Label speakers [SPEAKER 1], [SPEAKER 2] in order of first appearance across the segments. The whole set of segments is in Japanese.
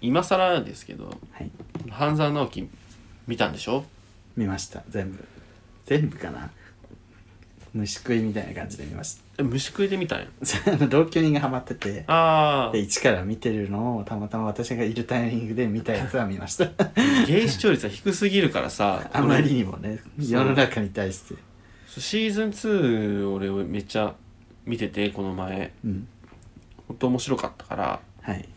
[SPEAKER 1] 今更ですけど
[SPEAKER 2] はい
[SPEAKER 1] 半沢直樹見たんでしょ
[SPEAKER 2] 見ました全部全部かな虫食いみたいな感じで見まし
[SPEAKER 1] え虫食いで見たんや
[SPEAKER 2] た あの同居人がハマってて
[SPEAKER 1] あ
[SPEAKER 2] で一から見てるのをたまたま私がいるタイミングで見たやつは見ました
[SPEAKER 1] あ芸視聴率は低すぎるからさ
[SPEAKER 2] あまりにもね世の中に対して
[SPEAKER 1] 俺シーズン2俺めっちゃ見ててこの前
[SPEAKER 2] うん
[SPEAKER 1] ほんと面白かったから
[SPEAKER 2] はい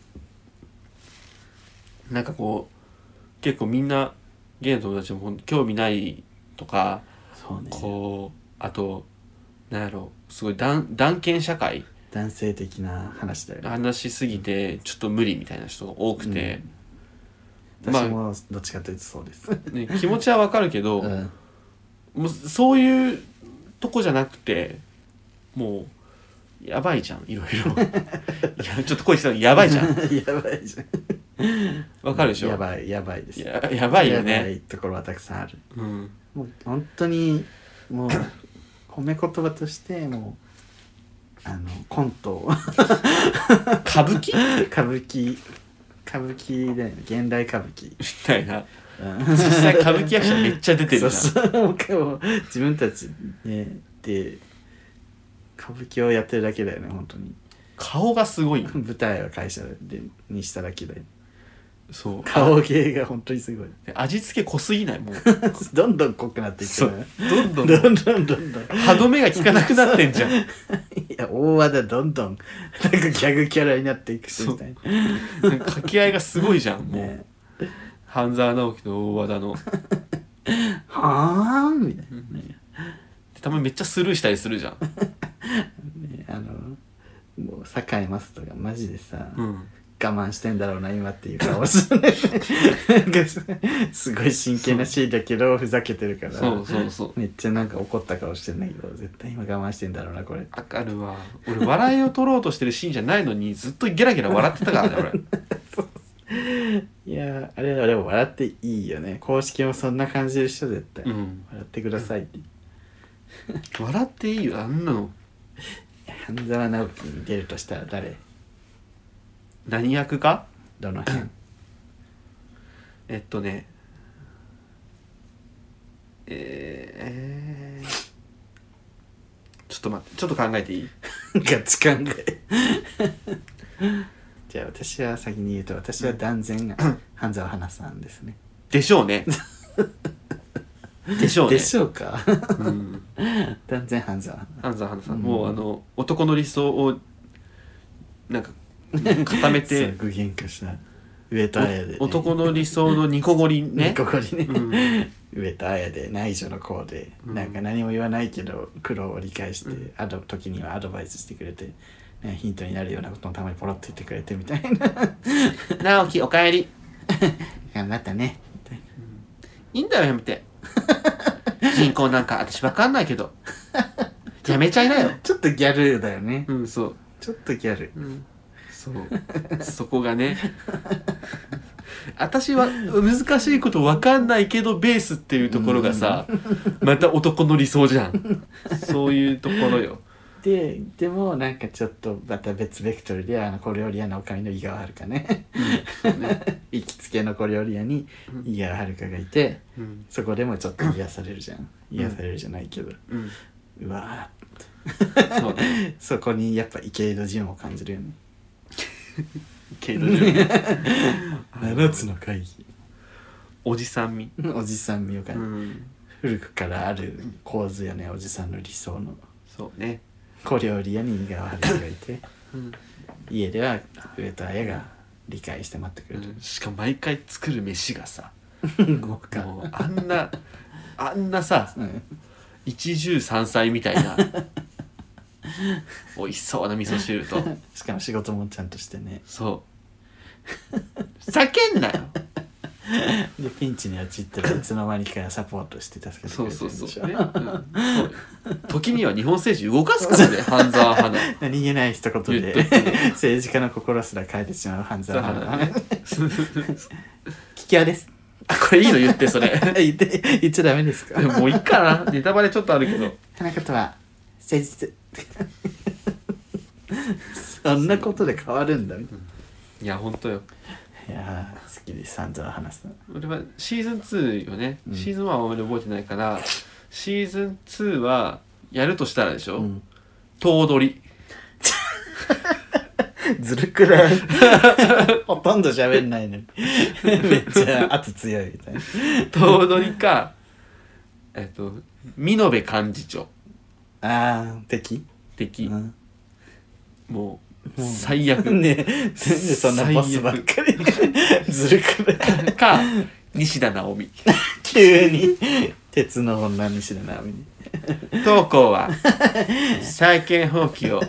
[SPEAKER 1] なんかこう結構みんな芸の友達もほん興味ないとか
[SPEAKER 2] そうね
[SPEAKER 1] こうあとなんやろすごい断断権社会
[SPEAKER 2] 男性的な話だよね
[SPEAKER 1] 話しすぎてちょっと無理みたいな人が多くて、まあ
[SPEAKER 2] 私もどっちかというとそうです、
[SPEAKER 1] ね、気持ちはわかるけど、
[SPEAKER 2] うん
[SPEAKER 1] もうそういうとこじゃなくてもうやばいじゃんいろいろ いやちょっと声してたのやばいじゃん
[SPEAKER 2] やばいじゃん
[SPEAKER 1] わかるでしょ
[SPEAKER 2] やばいやばいです
[SPEAKER 1] ややばいよ
[SPEAKER 2] やば
[SPEAKER 1] ね
[SPEAKER 2] いところはたくさんある
[SPEAKER 1] うん
[SPEAKER 2] もう本当に もう褒め言葉としてもうあのコントを
[SPEAKER 1] 歌舞伎み
[SPEAKER 2] 歌舞伎歌舞伎だよね現代歌舞伎、
[SPEAKER 1] たいな
[SPEAKER 2] うん
[SPEAKER 1] 実際歌舞伎役者めっちゃ 出て
[SPEAKER 2] そ
[SPEAKER 1] る
[SPEAKER 2] う
[SPEAKER 1] じ
[SPEAKER 2] そうもうもう自分たち、ね、で歌舞伎をやってるだけだよね本当に
[SPEAKER 1] ゃん顔がすごいよ
[SPEAKER 2] 舞台は会社でにしただけだよ
[SPEAKER 1] そう
[SPEAKER 2] 顔芸が本当にすごい
[SPEAKER 1] で味付け濃すぎないもう
[SPEAKER 2] どんどん濃くなっていく
[SPEAKER 1] そ
[SPEAKER 2] よ
[SPEAKER 1] う
[SPEAKER 2] ね
[SPEAKER 1] どんど
[SPEAKER 2] ど
[SPEAKER 1] ん
[SPEAKER 2] んどんどんどん
[SPEAKER 1] 歯止めが効かなくなってんじゃん
[SPEAKER 2] いや大和田どんどんなんかギャグキャラになっていくしみたいな
[SPEAKER 1] なんか掛け合いがすごいじゃんもう、
[SPEAKER 2] ね
[SPEAKER 1] 半沢直樹と大和田の
[SPEAKER 2] はあみたいなね
[SPEAKER 1] でたまにめっちゃスルーしたりするじゃん、
[SPEAKER 2] ねあのもう堺雅人がマジでさ、
[SPEAKER 1] う
[SPEAKER 2] 我
[SPEAKER 1] ん、
[SPEAKER 2] 慢してんだろうな今っていう顔するねなんかすごい真剣なシーンだけどふざけてるから
[SPEAKER 1] そうそうそう
[SPEAKER 2] めっちゃなんか怒った顔してんだけど絶対今我慢してんだろうなこれ
[SPEAKER 1] わかるわ俺笑いを取ろうとしてるシーンじゃないのにずっとゲラゲラ笑ってたからね
[SPEAKER 2] いやーあれはでも笑っていいよね公式もそんな感じでしょ絶対、
[SPEAKER 1] 俺、うん、
[SPEAKER 2] 笑ってくださいって
[SPEAKER 1] 笑っていいよあんなの
[SPEAKER 2] 半沢直樹に出るとしたら誰
[SPEAKER 1] 何役か
[SPEAKER 2] どの辺
[SPEAKER 1] えっとねえーえーちょっと待ってちょっと考えていい
[SPEAKER 2] ガチ考えじゃあ私は先に言うと私は断然が半沢花さんですね
[SPEAKER 1] でしょうねでしょうね
[SPEAKER 2] でしょうか
[SPEAKER 1] うん
[SPEAKER 2] 断然半沢
[SPEAKER 1] 安沢花さん、
[SPEAKER 2] うん
[SPEAKER 1] もうあの男の理想をなんか固め て
[SPEAKER 2] 具現化した上戸彩で、ね、
[SPEAKER 1] お男の理想のニコゴリね
[SPEAKER 2] ねここにね、
[SPEAKER 1] うん
[SPEAKER 2] 上戸彩で内助の子で、
[SPEAKER 1] うん
[SPEAKER 2] なんか何も言わないけど苦労を理解して、あの時にはアドバイスしてくれて、ね、ヒントになるようなこともたまにポロッと言ってくれてみ たいな
[SPEAKER 1] 直樹おかえり
[SPEAKER 2] 頑張ったね
[SPEAKER 1] いいんだよやめて銀行なんか私わかんないけどやめちゃいなよ
[SPEAKER 2] ちょっとギャルだよね、
[SPEAKER 1] うんそう、
[SPEAKER 2] ちょっとギャル
[SPEAKER 1] うん、そうそこがね私は難しいことわかんないけどベースっていうところがさまた男の理想じゃんそういうところよ
[SPEAKER 2] ででもなんかちょっとまた別ベクトルであの小料理屋のおかみの井川遥ね
[SPEAKER 1] そうね、
[SPEAKER 2] 行きつけの小料理屋に井川遥がいて
[SPEAKER 1] うん
[SPEAKER 2] そこでもちょっと癒されるじゃん癒されるじゃないけど、
[SPEAKER 1] うん、
[SPEAKER 2] うわー
[SPEAKER 1] そうね
[SPEAKER 2] そこにやっぱ池井戸潤を感じるよね
[SPEAKER 1] けどね
[SPEAKER 2] 7つの会議
[SPEAKER 1] おじさんみ、
[SPEAKER 2] おじさんみよか、
[SPEAKER 1] うん、
[SPEAKER 2] 古くからある構図よねおじさんの理想の
[SPEAKER 1] そうね、
[SPEAKER 2] 小料理屋に井川遥がいて
[SPEAKER 1] うん
[SPEAKER 2] 家では上戸彩が理解して待ってくれ
[SPEAKER 1] うんしかも毎回作る飯がさ
[SPEAKER 2] る、豪華
[SPEAKER 1] もうあんなあんなさ
[SPEAKER 2] うん
[SPEAKER 1] 一汁三菜みたいな 美味しそうな味噌汁と
[SPEAKER 2] しかも仕事もちゃんとしてね
[SPEAKER 1] そう叫んなよ
[SPEAKER 2] でピンチに陥ったらいつの間にかサポートして助けてく
[SPEAKER 1] そ
[SPEAKER 2] れ
[SPEAKER 1] う
[SPEAKER 2] てる
[SPEAKER 1] そ
[SPEAKER 2] ん
[SPEAKER 1] う
[SPEAKER 2] でし
[SPEAKER 1] そ
[SPEAKER 2] ょ
[SPEAKER 1] う,、ねうんそうよ時には日本政治動かすからね半沢花
[SPEAKER 2] 何気ない一言
[SPEAKER 1] 言
[SPEAKER 2] で
[SPEAKER 1] っとくね
[SPEAKER 2] 政治家の心すら変えてしまう半沢花
[SPEAKER 1] ね
[SPEAKER 2] 聞き屋です
[SPEAKER 1] あ これいいの言ってそれ
[SPEAKER 2] 言って言っちゃダメですか
[SPEAKER 1] でももういいかなネタバレちょっとあるけど
[SPEAKER 2] 田中とは誠実そんなことで変わるんだみたい
[SPEAKER 1] いやほんとよ
[SPEAKER 2] いやー好きです散々話すの
[SPEAKER 1] 俺はシーズン2よね、
[SPEAKER 2] うん
[SPEAKER 1] シーズン1はあんまり覚えてないからシーズン2はやるとしたらでしょ、
[SPEAKER 2] うん
[SPEAKER 1] 頭取
[SPEAKER 2] ずる くないほとんど喋んないのにめっちゃ圧強いみたいな
[SPEAKER 1] 頭取かえっと見延幹事長
[SPEAKER 2] あー敵、
[SPEAKER 1] 的、
[SPEAKER 2] うん、
[SPEAKER 1] もう
[SPEAKER 2] うん
[SPEAKER 1] 最悪
[SPEAKER 2] ねなんでそんなボスばっかりずるくない
[SPEAKER 1] か西田直美
[SPEAKER 2] 急に鉄の女にしらなみに
[SPEAKER 1] 当校は債権放棄を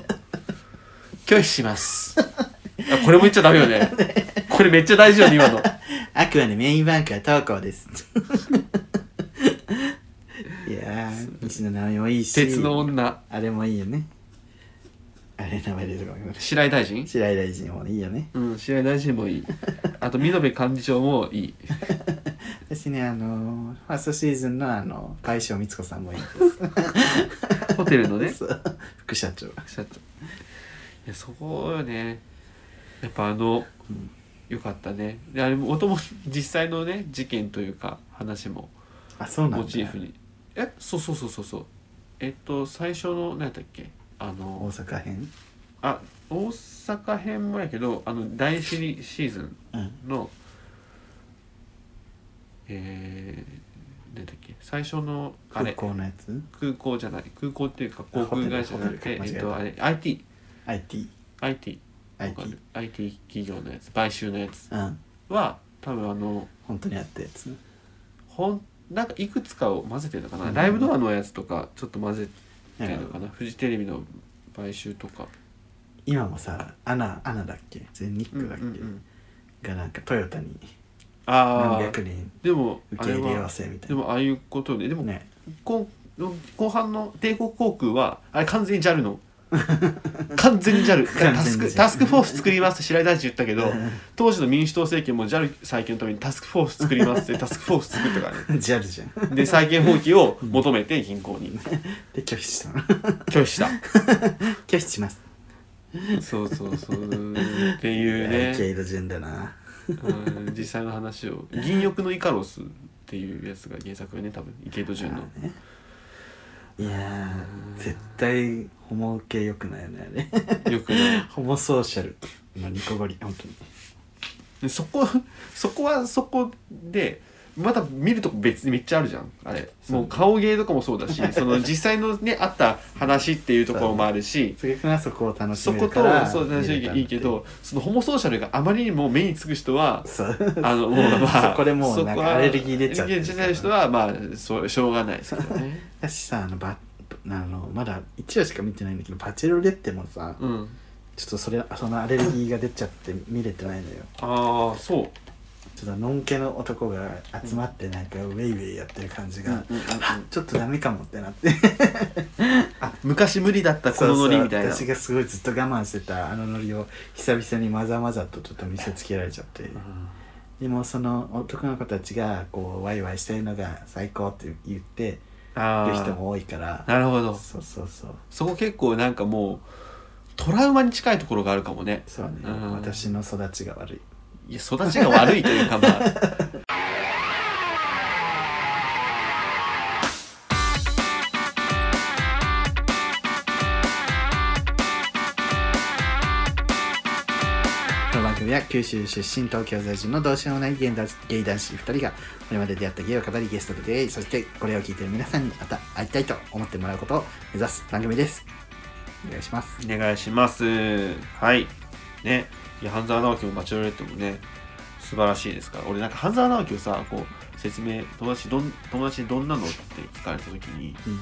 [SPEAKER 1] 拒否しますあこれも言っちゃダメよねこれめっちゃ大事よね今の
[SPEAKER 2] あくまでメインバンクは投稿です いやー西野直美もいいし
[SPEAKER 1] 鉄の女
[SPEAKER 2] あれもいいよねあれ名前出てこない
[SPEAKER 1] 白井大臣
[SPEAKER 2] 白井大臣もいいよね
[SPEAKER 1] うん白井大臣もいいあと見延幹事長もいい
[SPEAKER 2] 私ねあのーファーストシーズンのあの倍賞美津子さんもいい
[SPEAKER 1] ホテルの
[SPEAKER 2] で
[SPEAKER 1] ね
[SPEAKER 2] すそう副社長
[SPEAKER 1] 社長いやそこよねやっぱあの、よかったねであれもとも実際のね事件というか話も
[SPEAKER 2] あそうなんだ
[SPEAKER 1] モチーフにえそうそうそうそうそうえっと最初の何やったっけあ
[SPEAKER 2] 大
[SPEAKER 1] の
[SPEAKER 2] 阪編
[SPEAKER 1] あ大阪編もやけどあの第シリシーズン
[SPEAKER 2] うん
[SPEAKER 1] のえー、何だっけ最初のあ
[SPEAKER 2] 空
[SPEAKER 1] れ
[SPEAKER 2] 港のやつ
[SPEAKER 1] 空港じゃない空港っていうか航空会社じゃなくて
[SPEAKER 2] ホ
[SPEAKER 1] え
[SPEAKER 2] テ
[SPEAKER 1] っ
[SPEAKER 2] ルホ
[SPEAKER 1] とあれ IT
[SPEAKER 2] IT
[SPEAKER 1] IT
[SPEAKER 2] IT
[SPEAKER 1] わかる IT 企業のやつ買収のやつ
[SPEAKER 2] うん
[SPEAKER 1] は多分あの
[SPEAKER 2] 本当にあったやつ
[SPEAKER 1] ほんなんかいくつかを混ぜてるのかな、
[SPEAKER 2] うん
[SPEAKER 1] ライブドアのやつとかちょっと混ぜて
[SPEAKER 2] な
[SPEAKER 1] る
[SPEAKER 2] る
[SPEAKER 1] の
[SPEAKER 2] ほ
[SPEAKER 1] か
[SPEAKER 2] ど
[SPEAKER 1] なフジテレビの買収とか
[SPEAKER 2] 今もさアナアナだっけ全日
[SPEAKER 1] うん
[SPEAKER 2] 空だっけ、
[SPEAKER 1] うんうん
[SPEAKER 2] がなんかトヨタに
[SPEAKER 1] ああ
[SPEAKER 2] 何百人
[SPEAKER 1] でも
[SPEAKER 2] 受
[SPEAKER 1] あ
[SPEAKER 2] け
[SPEAKER 1] れ
[SPEAKER 2] 入れ合わ
[SPEAKER 1] は
[SPEAKER 2] せみた
[SPEAKER 1] で
[SPEAKER 2] いな
[SPEAKER 1] もああいうことででも、
[SPEAKER 2] ね
[SPEAKER 1] 後後半の帝国航空はあれ完全に JAL の 完全に JAL
[SPEAKER 2] 完全に JAL
[SPEAKER 1] タスクタスクフォース作りますって白井大臣言ったけ ど当時の民主党政権も JAL 再建のためにタスクフォース作りますってタスクフォース作ったからね
[SPEAKER 2] JAL じゃん
[SPEAKER 1] で再建放棄を求めて銀行に
[SPEAKER 2] で拒否したの
[SPEAKER 1] 拒否した
[SPEAKER 2] 拒否します
[SPEAKER 1] そうそうそうっていう
[SPEAKER 2] いや
[SPEAKER 1] ね、
[SPEAKER 2] イド順だな
[SPEAKER 1] うん、実際の話を「銀翼のイカロス」っていうやつが原作よね多分池井戸潤の
[SPEAKER 2] まあねいやー絶対ホモ受けよくないよねあれ
[SPEAKER 1] よくね
[SPEAKER 2] ホモソーシャルのニコゴリ本当に
[SPEAKER 1] でそこそこはそこでまた見るとこ別にめっちゃあるじゃんあれ
[SPEAKER 2] う
[SPEAKER 1] もう顔芸とかもそうだし その実際のねあった話っていうところもあるし
[SPEAKER 2] それからそこを楽し
[SPEAKER 1] そ
[SPEAKER 2] め
[SPEAKER 1] こ
[SPEAKER 2] る
[SPEAKER 1] と
[SPEAKER 2] から
[SPEAKER 1] そう楽しいいいけどそのホモソーシャルがあまりにも目につく人は
[SPEAKER 2] そう
[SPEAKER 1] あのもうまあ
[SPEAKER 2] そこでもうな
[SPEAKER 1] そ
[SPEAKER 2] んか
[SPEAKER 1] こは
[SPEAKER 2] アレルギー出ちゃって
[SPEAKER 1] アレ
[SPEAKER 2] る
[SPEAKER 1] ルギー出てる人はまあそうしょうがないですけどね
[SPEAKER 2] 私さあのばあのまだ1話しか見てないんだけどバチェロレってもさ
[SPEAKER 1] うん
[SPEAKER 2] ちょっとそれそのアレルギーが出ちゃって見れてないのよ
[SPEAKER 1] ああそう
[SPEAKER 2] ちょっとのんけの男が集まってなんかウェイウェイやってる感じが、あちょっとダメかもってなって
[SPEAKER 1] あ昔無理だったこのノリみたいな
[SPEAKER 2] そうそう私がすごいずっと我慢してたあのノリを久々にまざまざとちょっと見せつけられちゃってでもその男の子たちがこうワイワイしてるのが最高って言って
[SPEAKER 1] あ
[SPEAKER 2] る
[SPEAKER 1] ー
[SPEAKER 2] 人も多いから
[SPEAKER 1] なるほど
[SPEAKER 2] そうそうそう
[SPEAKER 1] そこ結構なんかもうトラウマに近いところがあるかもね
[SPEAKER 2] そうね
[SPEAKER 1] うん
[SPEAKER 2] 私の育ちが悪い
[SPEAKER 1] いや育ちが悪いというかまあ
[SPEAKER 2] この番組は九州出身東京在住のどうしようもないゲイ男子ゲイ男子2人がこれまで出会ったゲイを語りゲストで出会いそしてこれを聞いている皆さんにまた会いたいと思ってもらうことを目指す番組ですお願いします
[SPEAKER 1] お願いしますはいねいや半沢直樹もバチェロレットもね素晴らしいですから俺なんか半沢直樹をさこう説明友達どん友達にどんなのって聞かれた時に
[SPEAKER 2] うん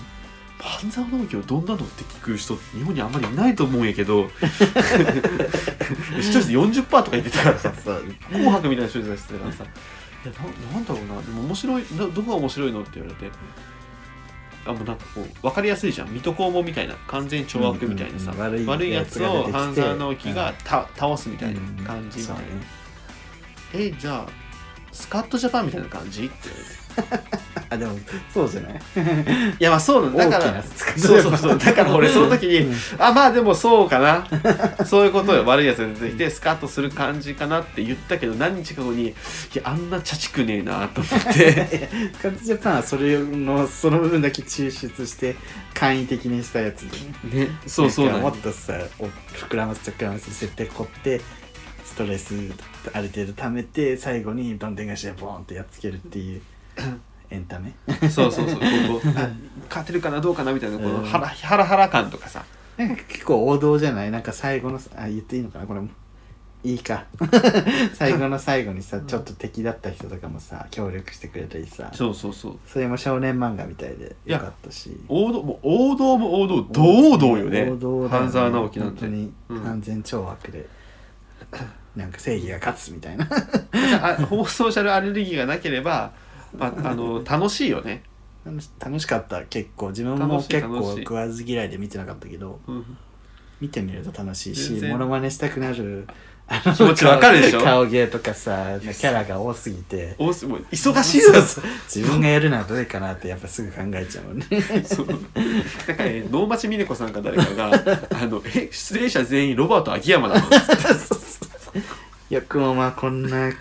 [SPEAKER 1] 半沢直樹をどんなのって聞く人って日本にあんまりいないと思うんやけ ど視聴率40%とか言ってたからさ
[SPEAKER 2] そう
[SPEAKER 1] 紅白みたいな人たちしてたからさ「いやななんだろうなでも面白いなどこが面白いの?」って言われてあもうなんかこう分かりやすいじゃん水戸黄門みたいな完全懲悪みたいなさ、
[SPEAKER 2] うんうんうん
[SPEAKER 1] 悪
[SPEAKER 2] 悪
[SPEAKER 1] い
[SPEAKER 2] い
[SPEAKER 1] や
[SPEAKER 2] や
[SPEAKER 1] つ
[SPEAKER 2] つが出て
[SPEAKER 1] を
[SPEAKER 2] きて
[SPEAKER 1] 半沢直樹がた、倒すみたいな
[SPEAKER 2] うん
[SPEAKER 1] 感じみた
[SPEAKER 2] そ
[SPEAKER 1] いうな
[SPEAKER 2] ね
[SPEAKER 1] 「えじゃあスカットジャパンみたいな感じ?」って言われて
[SPEAKER 2] あでもそうじゃない
[SPEAKER 1] いやまあそうなんだだから そうそう そうだから俺その時に、
[SPEAKER 2] うん
[SPEAKER 1] あまあでもそうかなそういうことよ悪いやつが出てきてスカッとする感じかなって言ったけど何日か後にいやあんなチャチくねえなと思って
[SPEAKER 2] カズジャパンはそれのその部分だけ抽出して簡易的にしたやつでね
[SPEAKER 1] ねそうそうな
[SPEAKER 2] な
[SPEAKER 1] んん
[SPEAKER 2] か
[SPEAKER 1] よ
[SPEAKER 2] もっとさお膨らませ膨らませ設定凝ってストレスある程度溜めて最後にどんでん返しでボーンってやっつけるっていうエンタメ
[SPEAKER 1] そうそうそうこう こうあ勝てるかなどうかなみたいなこ
[SPEAKER 2] う
[SPEAKER 1] の
[SPEAKER 2] ん
[SPEAKER 1] ハラハラハラ感とかさ
[SPEAKER 2] なんか結構王道じゃないなんか最後のさあ言っていいのかなこれもいい か最後の最後にさちょっと敵だった人とかもさ協力してくれたりさ
[SPEAKER 1] そうそうそう
[SPEAKER 2] それも少年漫画みたいでよかったし
[SPEAKER 1] 王道もう王道も王道堂々よね
[SPEAKER 2] 王道だよね
[SPEAKER 1] 半沢直樹なんて
[SPEAKER 2] 本当に
[SPEAKER 1] うん
[SPEAKER 2] 完全超悪で、なんか正義が勝つみたいな
[SPEAKER 1] あ放送者のアレルギーがなければ、まあ、あの楽しいよね、
[SPEAKER 2] 楽し楽しかった結構自分も
[SPEAKER 1] 楽しい
[SPEAKER 2] 結構
[SPEAKER 1] 楽しい
[SPEAKER 2] 食わず嫌いで見てなかったけど
[SPEAKER 1] うん、
[SPEAKER 2] 見てみると楽しいし
[SPEAKER 1] 全然
[SPEAKER 2] モノマネしたくなるあの
[SPEAKER 1] 気持ちわかるでしょ
[SPEAKER 2] 顔顔芸とかさキャラが多すぎて
[SPEAKER 1] おすもう忙しい
[SPEAKER 2] そう
[SPEAKER 1] よ
[SPEAKER 2] そう自分がやるのはどれかなってやっぱすぐ考えちゃう もんね
[SPEAKER 1] そうなんかね能町みね子さんか誰かが「あのえ出演者全員ロバート秋山なの?」
[SPEAKER 2] よくもまあこんな汚い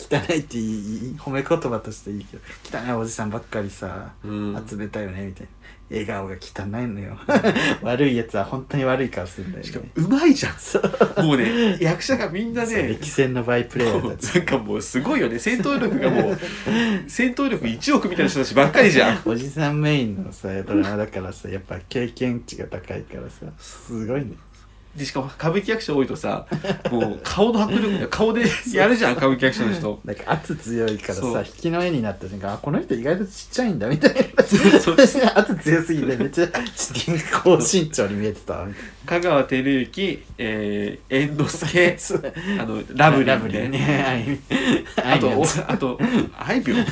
[SPEAKER 2] 汚いっていい褒め言葉としていいけど汚いおじさんばっかりさ
[SPEAKER 1] うん
[SPEAKER 2] 集めたよねみたいな笑顔が汚いのよ 悪いやつは本当に悪い顔するんだよ
[SPEAKER 1] しかも
[SPEAKER 2] ね
[SPEAKER 1] うまいじゃ
[SPEAKER 2] そう、
[SPEAKER 1] んもうね役者がみんな
[SPEAKER 2] そう
[SPEAKER 1] ね
[SPEAKER 2] 歴戦のバイプレイヤ
[SPEAKER 1] こ
[SPEAKER 2] ー
[SPEAKER 1] う
[SPEAKER 2] たち
[SPEAKER 1] なんかもうすごいよね戦闘力がもう戦闘力1億みたいな人たちばっかりじゃん
[SPEAKER 2] おじさんメインのさドラマだからさやっぱ経験値が高いからさすごいね
[SPEAKER 1] でしかも歌舞伎役者多いとさもう顔の迫力が顔でやるじゃん歌舞伎役者の人
[SPEAKER 2] なんか圧強いから
[SPEAKER 1] そ
[SPEAKER 2] さ
[SPEAKER 1] う
[SPEAKER 2] 引きの絵になった瞬間あこの人意外とちっちゃいんだみたいな
[SPEAKER 1] そう
[SPEAKER 2] 圧強すぎてめっちゃ高身長に見えてたみたい
[SPEAKER 1] 香川照之、えー、猿之助
[SPEAKER 2] なそう
[SPEAKER 1] あのラブリ
[SPEAKER 2] ラ
[SPEAKER 1] ー
[SPEAKER 2] ブ
[SPEAKER 1] で
[SPEAKER 2] リーねあ
[SPEAKER 1] あ
[SPEAKER 2] いみ
[SPEAKER 1] と
[SPEAKER 2] ょん
[SPEAKER 1] おあとあいみょん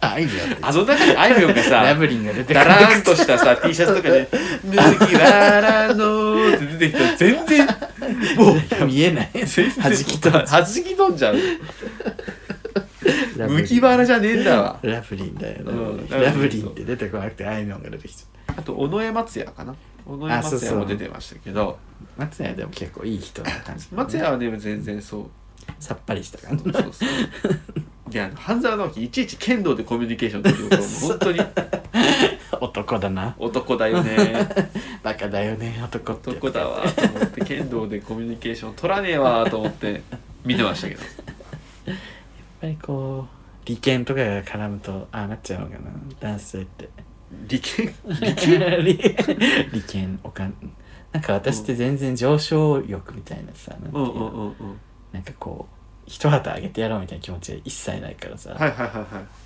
[SPEAKER 2] あいみょんって
[SPEAKER 1] あの中にあいみょんが
[SPEAKER 2] ラ
[SPEAKER 1] さ
[SPEAKER 2] ブリンが出て
[SPEAKER 1] だらーんとしたさ T シャツとかで「麦わらの」って出てきたら全然もう
[SPEAKER 2] 見えない
[SPEAKER 1] 全然
[SPEAKER 2] 弾き飛んじゃう
[SPEAKER 1] 弾き飛んじゃう麦わらじゃねえんだわ
[SPEAKER 2] ラブリンだよラブリン
[SPEAKER 1] うん
[SPEAKER 2] ラブリンって出てこなくてあいみょんが出てきちゃっ
[SPEAKER 1] あと尾上松也かな尾上
[SPEAKER 2] あそう
[SPEAKER 1] 松
[SPEAKER 2] そ
[SPEAKER 1] 也
[SPEAKER 2] う
[SPEAKER 1] も出てましたけど
[SPEAKER 2] た松屋でも結構いい人な感じ
[SPEAKER 1] 松也はね全然そう
[SPEAKER 2] さっぱりした感じ
[SPEAKER 1] そうそうそういや半沢直樹いちいち剣道でコミュニケーション取るところも本当に
[SPEAKER 2] 男だな
[SPEAKER 1] 男だよね
[SPEAKER 2] バカだよね男って
[SPEAKER 1] 男だわと思って剣道でコミュニケーション取らねえわと思って見てましたけど
[SPEAKER 2] やっぱりこう利権とかが絡むとああなっちゃうのかな男性 って
[SPEAKER 1] 利権
[SPEAKER 2] 利権利権お金なんか私って全然上昇欲みたいなさなんていう
[SPEAKER 1] うん
[SPEAKER 2] の
[SPEAKER 1] うんうんうん
[SPEAKER 2] なんかこう一旗あげてやろうみたいな気持ちが一切ないからさ、
[SPEAKER 1] はいはいはいは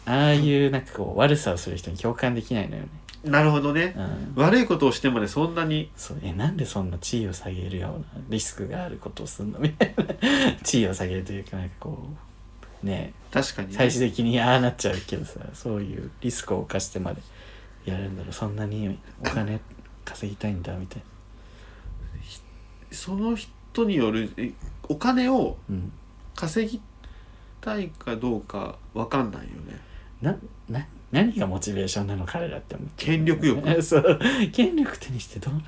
[SPEAKER 2] ああいうなんかこう悪さをする人に共感できないのよね、
[SPEAKER 1] いなるほどね
[SPEAKER 2] うん、
[SPEAKER 1] 悪いことをしてもねそんなに
[SPEAKER 2] そうえなんでそんな地位を下げるようなリスクがあることをするのみたいな地位を下げるというかなんかこうね
[SPEAKER 1] 確かにね
[SPEAKER 2] 最終的にああなっちゃうけどさそういうリスクを冒してまでやるんだろうそんなにお金稼ぎたいんだみたい
[SPEAKER 1] その人によるえお金を
[SPEAKER 2] な、うん、
[SPEAKER 1] 稼ぎたいかどうかわかんないよね
[SPEAKER 2] なな何がモチベーションなの彼らって思って
[SPEAKER 1] 権力欲
[SPEAKER 2] そう権力手にしてどうな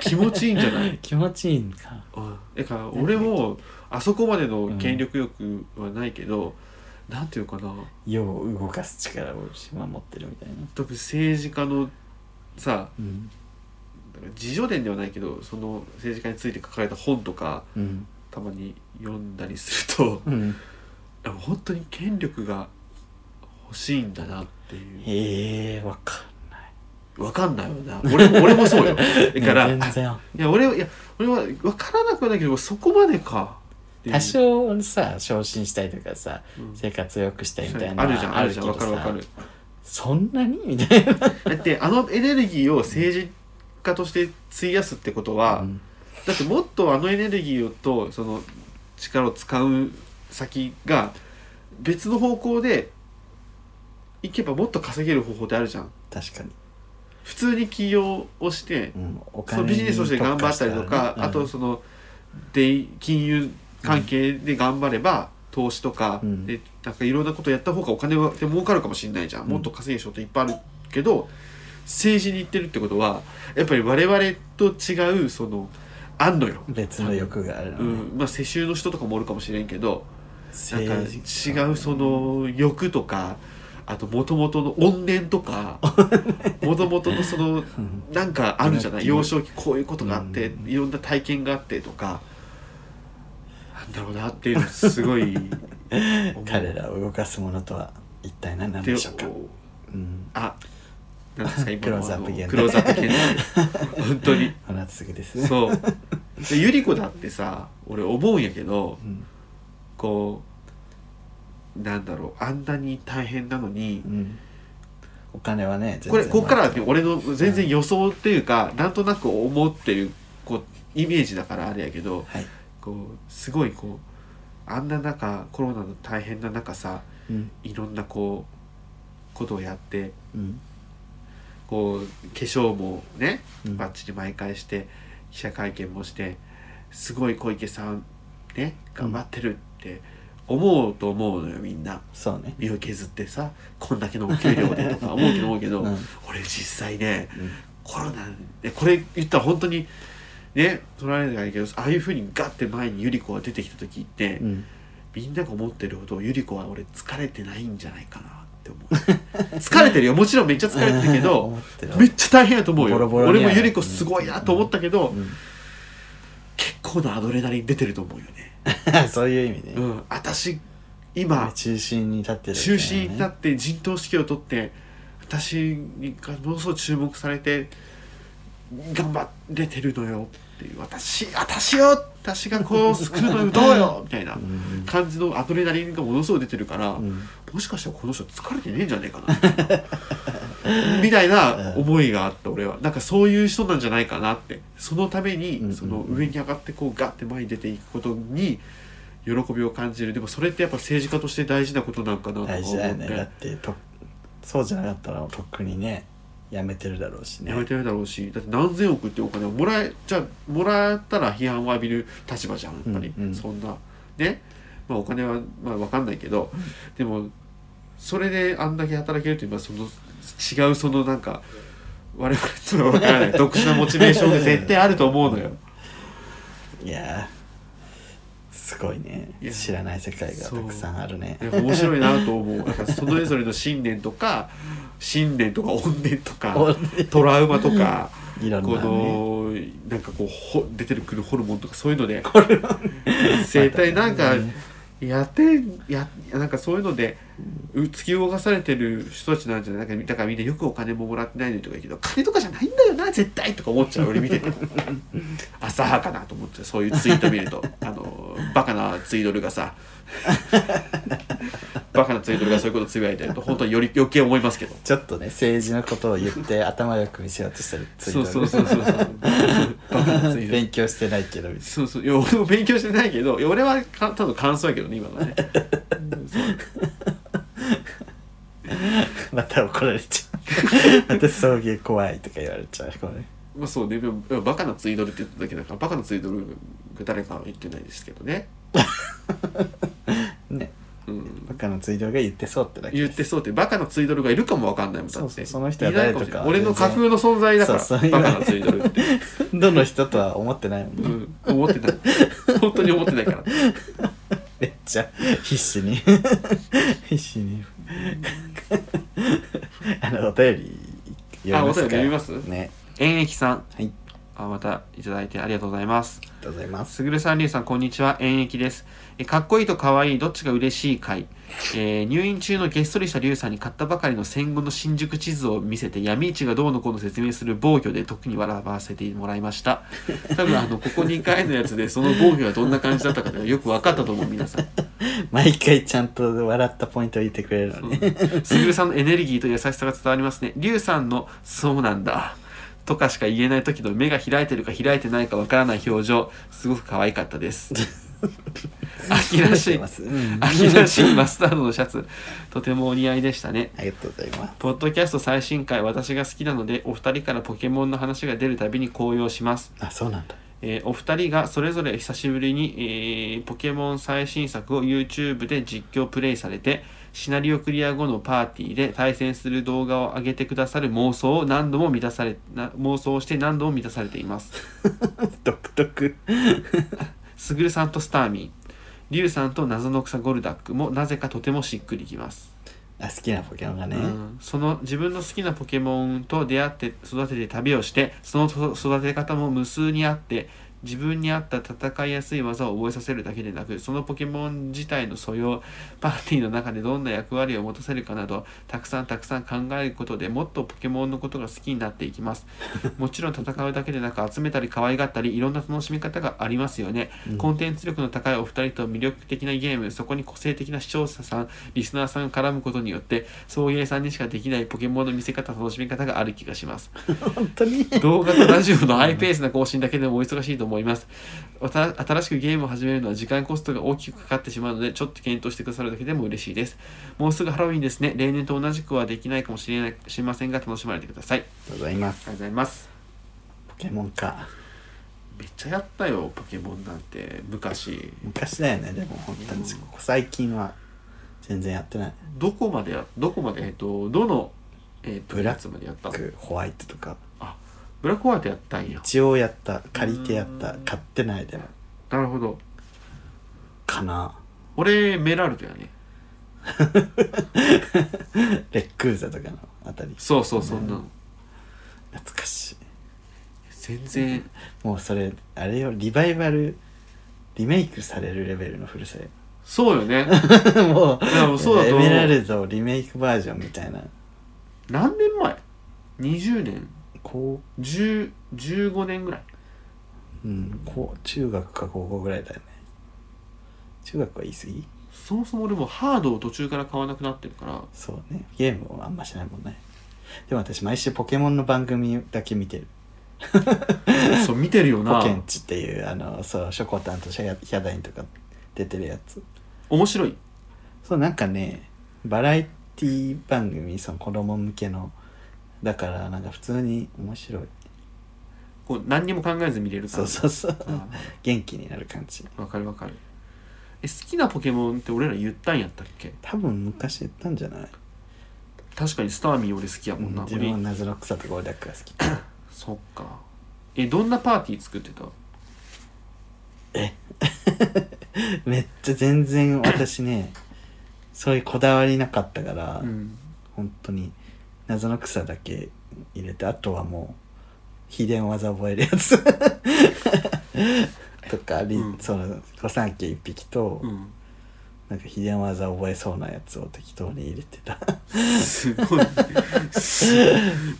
[SPEAKER 1] 気持ちいいんじゃ ない
[SPEAKER 2] 気持ちいいんか
[SPEAKER 1] だから俺もあそこまでの権力欲はないけど、なんていうかな
[SPEAKER 2] 世を動かす力を守ってるみたいな、
[SPEAKER 1] 特に政治家のさ
[SPEAKER 2] うん
[SPEAKER 1] 自叙伝ではないけどその政治家について書かれた本とか
[SPEAKER 2] うん
[SPEAKER 1] たまに読んだりすると
[SPEAKER 2] うん、
[SPEAKER 1] でも本当に権力が欲しいんだなっていう
[SPEAKER 2] へえわかんない
[SPEAKER 1] 分かんないよな俺も俺もそう よだから、
[SPEAKER 2] ね全
[SPEAKER 1] い
[SPEAKER 2] 然
[SPEAKER 1] や俺はいや俺は分からなくはないけどそこまでかっていう
[SPEAKER 2] 多少さ昇進したいとかさ
[SPEAKER 1] うん
[SPEAKER 2] 生活を良くしたいみたいな
[SPEAKER 1] あるじゃんあるじゃん分かる
[SPEAKER 2] わ
[SPEAKER 1] 分かる
[SPEAKER 2] そんなにみたいな
[SPEAKER 1] だってあのエネルギーを政治家として費やすってことは、
[SPEAKER 2] うん
[SPEAKER 1] だってもっとあのエネルギーをとその力を使う先が別の方向で行けばもっと稼げる方法ってあるじゃん
[SPEAKER 2] 確かに、
[SPEAKER 1] 普通に起業をして
[SPEAKER 2] うん、お
[SPEAKER 1] その
[SPEAKER 2] 金
[SPEAKER 1] ビジネスとして頑張ったりとか、あとそので金融関係で頑張れば、投資とか、
[SPEAKER 2] うん
[SPEAKER 1] でなんかいろんなことやった方がお金はで儲かるかもしれないじゃん、もっと稼げる仕事いっぱいあるけど政治に行ってるってことはやっぱり我々と違うそのあんのよ、
[SPEAKER 2] 別の欲があるの
[SPEAKER 1] う
[SPEAKER 2] ね、
[SPEAKER 1] んまあ、世襲の人とかもおるかもしれんけどなんか
[SPEAKER 2] 政治
[SPEAKER 1] 違うその欲とかあともともとの怨念と かもともとのその
[SPEAKER 2] うん
[SPEAKER 1] なんかあるじゃない
[SPEAKER 2] うん
[SPEAKER 1] 幼少期こういうことがあって、
[SPEAKER 2] うん
[SPEAKER 1] いろんな体験があってとかなんだろうなっていうのすご い思う
[SPEAKER 2] 彼らを動かすものとは一体何なん
[SPEAKER 1] で
[SPEAKER 2] でしょうか、うん、
[SPEAKER 1] あなんですか今の
[SPEAKER 2] クローズアップ現代
[SPEAKER 1] あのクローズアップ現 代本当に
[SPEAKER 2] この後すぐですね
[SPEAKER 1] そうでゆり子だってさ俺思うんやけど
[SPEAKER 2] うん
[SPEAKER 1] こうなんだろうあんなに大変なのに
[SPEAKER 2] う、ん、お金はね
[SPEAKER 1] これここっからは
[SPEAKER 2] 全然
[SPEAKER 1] 俺の全然予想っていうか、なんとなく思ってるこうイメージだからあれやけど
[SPEAKER 2] はい、
[SPEAKER 1] こうすごいこうあんな中コロナの大変な中さ
[SPEAKER 2] うん
[SPEAKER 1] いろんなこうことをやって
[SPEAKER 2] うん
[SPEAKER 1] こう化粧もね
[SPEAKER 2] うん
[SPEAKER 1] バッチリ毎回して記者会見もしてすごい小池さんね頑張ってるって思うと思うのよみんな
[SPEAKER 2] そうね
[SPEAKER 1] 身を削ってさこんだけのお給料でとか思うけど思うけど、
[SPEAKER 2] うん
[SPEAKER 1] 俺実際ね
[SPEAKER 2] うん
[SPEAKER 1] コロナでこれ言ったら本当にね取られないけどああいうふうにガッて前にゆり子が出てきた時って、
[SPEAKER 2] うん
[SPEAKER 1] みんなが思ってるほどゆり子は俺疲れてないんじゃないかなって思う疲れてる よもちろんめっちゃ疲れてるけど
[SPEAKER 2] 思ってる
[SPEAKER 1] めっちゃ大変やと思うよ
[SPEAKER 2] ボロボロに
[SPEAKER 1] 俺
[SPEAKER 2] は
[SPEAKER 1] もゆり子すごいなと思ったけど、
[SPEAKER 2] う
[SPEAKER 1] 結構なアドレナリン出てると思うよね、
[SPEAKER 2] んそういう意味ね、
[SPEAKER 1] うん、私今
[SPEAKER 2] 中心に立ってるみたいな
[SPEAKER 1] 中
[SPEAKER 2] ね、
[SPEAKER 1] 心に立って陣頭指揮を取って私がものすごく注目されて頑張れてるのよっていう私私よ私がこう救うのよどうよみたいな
[SPEAKER 2] うん
[SPEAKER 1] 感じのアドレナリンがものすごく出てるから、
[SPEAKER 2] うん
[SPEAKER 1] もしかしたらこの人疲れてねえんじゃねえかなみたいな思いがあった俺はなんかそういう人なんじゃないかなってそのため
[SPEAKER 2] うんうん
[SPEAKER 1] に
[SPEAKER 2] うん
[SPEAKER 1] その上に上がってこうガッて前に出ていくことに喜びを感じるでもそれってやっぱ政治家として大事なことなんかなとか
[SPEAKER 2] 大
[SPEAKER 1] 思
[SPEAKER 2] 事
[SPEAKER 1] っ
[SPEAKER 2] だよ
[SPEAKER 1] て、
[SPEAKER 2] ねだってとそうじゃなかったらとっくにねやめてるだろうしね
[SPEAKER 1] やめてるだろうしだって何千億ってお金をもらえじゃあもらったら批判を浴びる立場じゃんやっぱり、
[SPEAKER 2] うんうん
[SPEAKER 1] そんなねまあお金はまあ分かんないけどでもそれであんだけ働けるというのはその違うそのなんか我々とは分から ない特殊なモチベーションが絶対あると思うのよ
[SPEAKER 2] いやーすごいね
[SPEAKER 1] いや
[SPEAKER 2] 知らない世界がたくさんあるね
[SPEAKER 1] いや面白いなと思うなんかそれぞれの信念とか信念とか怨念とかトラウマとか
[SPEAKER 2] いろん
[SPEAKER 1] こ
[SPEAKER 2] なね
[SPEAKER 1] のなんかこうほ出てくるホルモンとかそういうの で生体なんかやってやなんかそういうのでう突き動かされてる人たちなんじゃないなんかだからみんなよくお金ももらってないのにとか言うけど金とかじゃないんだよな絶対とか思っちゃう俺見て て浅はかなと思ってそういうツイート見るとあのバカなツイドルが さバカなツイドルがそういうことつぶやいてると本当により余計思いますけど
[SPEAKER 2] ちょっとね政治のことを 言って頭よく見せようとしてるツイー
[SPEAKER 1] そう
[SPEAKER 2] ト
[SPEAKER 1] そうそうそうそうバカなツイドル
[SPEAKER 2] 勉強してないけどみたい
[SPEAKER 1] そうそういや俺も勉強してないけどいや俺はかただ感想やけどね今のね うんそう
[SPEAKER 2] なまた怒られちゃ う私送迎怖いとか言われちゃうこれ
[SPEAKER 1] まあそうねでもでもバカなツイドルって言っただけだからバカなツイドルが誰かは言ってないですけどね、
[SPEAKER 2] ね
[SPEAKER 1] うん、
[SPEAKER 2] バカのツイートが言ってそうってだけ
[SPEAKER 1] 言ってそうってバカなツイドルがいるかもわかんないもんだって
[SPEAKER 2] そうそうその人は誰とか
[SPEAKER 1] いないもしれない俺の架空の存在だから
[SPEAKER 2] そうそう
[SPEAKER 1] バカなツイドルって、
[SPEAKER 2] どの人とは思ってないもん
[SPEAKER 1] う
[SPEAKER 2] ね、
[SPEAKER 1] ん、思ってない本当に思ってないから
[SPEAKER 2] めっちゃ必死に必死に あのお便り読み
[SPEAKER 1] あ
[SPEAKER 2] ま
[SPEAKER 1] お
[SPEAKER 2] す
[SPEAKER 1] 便
[SPEAKER 2] か
[SPEAKER 1] り読みます
[SPEAKER 2] ね
[SPEAKER 1] 演劇さん
[SPEAKER 2] はい
[SPEAKER 1] あまたいただいてありがとうございます
[SPEAKER 2] ありがとうございます
[SPEAKER 1] すぐるさん、りゅうさん、こんにちは。演疫です。えかっこいいとかわいい、どっちが嬉しいかい。えー入院中のげっそりしたりゅうさんに買ったばかりの戦後の新宿地図を見せて、闇市がどうのこうの説明する防御で特に笑わせてもらいました。多分、あの、ここ2回のやつで、その防御がどんな感じだったかとかよく分かったと思う、皆さん。
[SPEAKER 2] 毎回ちゃんと笑ったポイントを言ってくれるのね
[SPEAKER 1] すぐるさんのエネルギーと優しさが伝わりますね。りゅうさんの、そうなんだ。とかしか言えない時の目が開いてるか開いてないかわからない表情、すごく可愛かったです。秋らしい。
[SPEAKER 2] ます、うんあ
[SPEAKER 1] 秋らしいマスタードのシャツとてもお似合いでしたね
[SPEAKER 2] りがとうございます
[SPEAKER 1] ポッドキャスト最新回私が好きなのでお二人からポケモンの話が出るたびに高揚します
[SPEAKER 2] あそうなんだ
[SPEAKER 1] えーお二人がそれぞれ久しぶりに、えーポケモン最新作を YouTube で実況プレイされてシナリオクリア後のパーティーで対戦する動画を上げてくださる妄想を何度も満たされな妄想をして何度も満たされています
[SPEAKER 2] 独特。
[SPEAKER 1] すぐるさんとスターミンリュウさんと謎の草ゴルダックもなぜかとてもしっくりきます、
[SPEAKER 2] あ、好きなポケモンがね。
[SPEAKER 1] うんその自分の好きなポケモンと出会って育てて旅をしてそのと育て方も無数にあって自分に合った戦いやすい技を覚えさせるだけでなくそのポケモン自体の素養パーティーの中でどんな役割を持たせるかなどたくさんたくさん考えることでもっとポケモンのことが好きになっていきますもちろん戦うだけでなく集めたり可愛がったりいろんな楽しみ方がありますよね
[SPEAKER 2] うん
[SPEAKER 1] コンテンツ力の高いお二人と魅力的なゲームそこに個性的な視聴者さんリスナーさんが絡むことによって送迎さんにしかできないポケモンの見せ方楽しみ方がある気がします
[SPEAKER 2] 本当に
[SPEAKER 1] 動画とラジオのハイペースな更新だけでもお忙しいと思いますまた新しくゲームを始めるのは時間コストが大きくかかってしまうのでちょっと検討してくださるだけでも嬉しいですもうすぐハロウィンですね例年と同じくはできないかもしれないしませんが楽しまれてくださいあり
[SPEAKER 2] ありがとうございます。
[SPEAKER 1] がとうございます
[SPEAKER 2] ポケモンか。
[SPEAKER 1] めっちゃやったよポケモンなんて昔
[SPEAKER 2] 昔だよね、でも本当に。ここ最近は全然やってない。
[SPEAKER 1] どこまでやどこまでえっ、とどのえっ、と
[SPEAKER 2] ブラック
[SPEAKER 1] やつまでやったの
[SPEAKER 2] 僕ホワイトとか。
[SPEAKER 1] ブラックホワイトやったんや
[SPEAKER 2] 一応やった。借りてやった
[SPEAKER 1] う。ん
[SPEAKER 2] 買ってないでも。
[SPEAKER 1] なるほど
[SPEAKER 2] かな。
[SPEAKER 1] 俺メラルドやね
[SPEAKER 2] レックーザとかのあたり。
[SPEAKER 1] そうそうそんなの、
[SPEAKER 2] う懐かしい。
[SPEAKER 1] 全然
[SPEAKER 2] もうそれ、あれよ、リバイバル、リメイクされるレベルの古さよ。
[SPEAKER 1] そうよ ね
[SPEAKER 2] もう、
[SPEAKER 1] いやもうそうだ
[SPEAKER 2] エ
[SPEAKER 1] と思
[SPEAKER 2] メラ
[SPEAKER 1] う
[SPEAKER 2] ルドリメイクバージョンみたいな。
[SPEAKER 1] 何年前20年
[SPEAKER 2] こ、
[SPEAKER 1] 10 15年ぐらいう
[SPEAKER 2] うん、こう、中学か高校ぐらいだよね。中学は言い過ぎ
[SPEAKER 1] そもそも俺もハードを途中から買わなくなってるから
[SPEAKER 2] そうね。ゲームをあんましないもんね。でも私、毎週ポケモンの番組だけ見てる。
[SPEAKER 1] そう見てるよ
[SPEAKER 2] ポ
[SPEAKER 1] な
[SPEAKER 2] ケンチっていう、あの、そう、ショコタンとシャヤヒャダインとか出てるやつ。
[SPEAKER 1] 面白い
[SPEAKER 2] そう、なんかね、バラエティ番組、その子供向けの、だから、なんか普通に面白い。
[SPEAKER 1] こう何にも考えず見れる
[SPEAKER 2] そ
[SPEAKER 1] 感
[SPEAKER 2] う
[SPEAKER 1] じ
[SPEAKER 2] そうそう。
[SPEAKER 1] あ
[SPEAKER 2] 元気になる感じ。
[SPEAKER 1] ーわかるわかるえ好きなポケモンって俺ら言ったんやったっけ
[SPEAKER 2] 多分昔言ったんじゃない
[SPEAKER 1] 確かにスターミー俺好きやもんな、
[SPEAKER 2] 自
[SPEAKER 1] 俺
[SPEAKER 2] 分は謎の草とゴールダックが好 き
[SPEAKER 1] そっかえどんなパーティー作ってた
[SPEAKER 2] めっちゃ全然私ねそういうこだわりなかったから、
[SPEAKER 1] ん
[SPEAKER 2] 本当に謎の草だけ入れてあとはもう秘伝技覚えるや つとか、り
[SPEAKER 1] うん
[SPEAKER 2] その御三家一匹と、
[SPEAKER 1] うん
[SPEAKER 2] なんか秘伝技覚えそうなやつを適当に入れてた
[SPEAKER 1] すごい す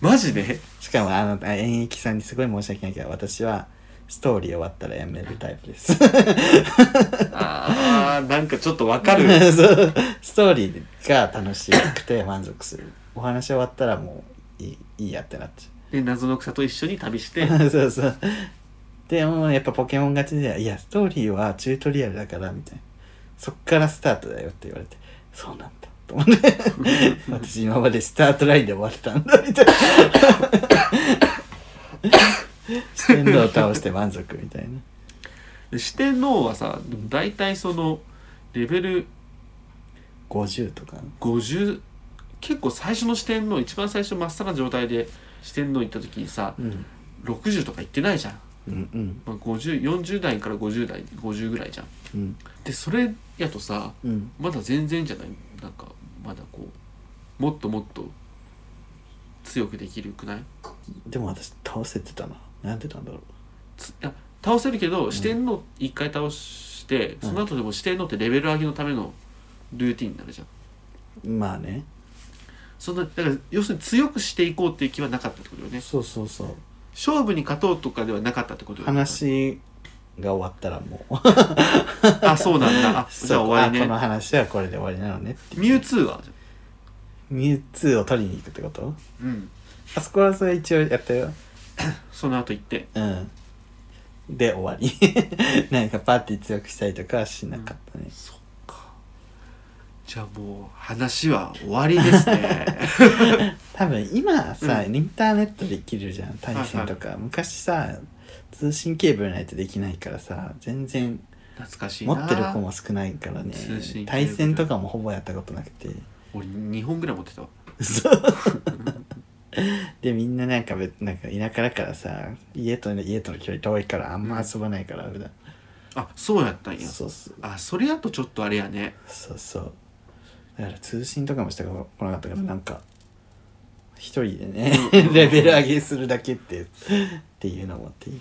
[SPEAKER 1] マジで
[SPEAKER 2] しかもあのあ演劇さんにすごい申し訳ないけど私はストーリー終わったらやめるタイプです
[SPEAKER 1] あーなんかちょっとわかる
[SPEAKER 2] そうストーリーが楽しくて満足するお話終わったらもういいいいやってなっち
[SPEAKER 1] で謎の草と一緒に旅して
[SPEAKER 2] ゃう そうそうでもやっぱポケモン勝ちで「いやストーリーはチュートリアルだから」みたいな「そっからスタートだよ」って言われて「そうなんだ」と思って私今までスタートラインで終わってたんだみたいな四天王倒して満足みたいな
[SPEAKER 1] で四天王はさでも大体そのレベル
[SPEAKER 2] 50とか
[SPEAKER 1] 50結構最初の四天王一番最初真っさらな状態で四天王行った時にさ
[SPEAKER 2] うん
[SPEAKER 1] 60とか行ってないじゃん、
[SPEAKER 2] うんうん
[SPEAKER 1] まあ、50 40代から50代50ぐらいじゃん
[SPEAKER 2] うん
[SPEAKER 1] でそれやとさ
[SPEAKER 2] うん
[SPEAKER 1] まだ全然じゃないなんかまだこうもっともっと強くできるくない
[SPEAKER 2] でも私倒せてたななんでなんだろう
[SPEAKER 1] つあ倒せるけど四天王一回倒して、その後でも四天王ってレベル上げのためのルーティンになるじゃん
[SPEAKER 2] まあね
[SPEAKER 1] そんなだから要するに強くしていこうっていう気はなかったってことよね
[SPEAKER 2] そうそうそう
[SPEAKER 1] 勝負に勝とうとかではなかったってことよね
[SPEAKER 2] 話が終わったらもう
[SPEAKER 1] あそうなんだあじゃあ
[SPEAKER 2] そう
[SPEAKER 1] 終わり
[SPEAKER 2] あこの
[SPEAKER 1] ね
[SPEAKER 2] 話はこれで終わりなのねって
[SPEAKER 1] ミュウツーは
[SPEAKER 2] ミュウツーを取りに行くってこと
[SPEAKER 1] うん
[SPEAKER 2] あそこはそれ一応やったよ
[SPEAKER 1] その後行って
[SPEAKER 2] うんで終わり なんかパーティー強くしたりとかはしなかったね、
[SPEAKER 1] そっかじゃあもう話は終わりです ね
[SPEAKER 2] 多分今さ、インターネットできるじゃん対戦とか、昔さ通信ケーブルないとできないからさ全然
[SPEAKER 1] 懐かしいな
[SPEAKER 2] 持ってる子も少ないからね
[SPEAKER 1] 通信ケーブル
[SPEAKER 2] 対戦とかもほぼやったことなくて
[SPEAKER 1] 俺2本ぐらい持ってたわ
[SPEAKER 2] そうでみんななんか別なんか田舎だからさ家と家との距離遠いからあんま遊ばないから普段
[SPEAKER 1] あそうやったんや
[SPEAKER 2] そうそう
[SPEAKER 1] あそれやとちょっとあれやね
[SPEAKER 2] そうそうだから通信とかもしたことなかったからなんか一人でね レベル上げするだけってっていうのもあっていい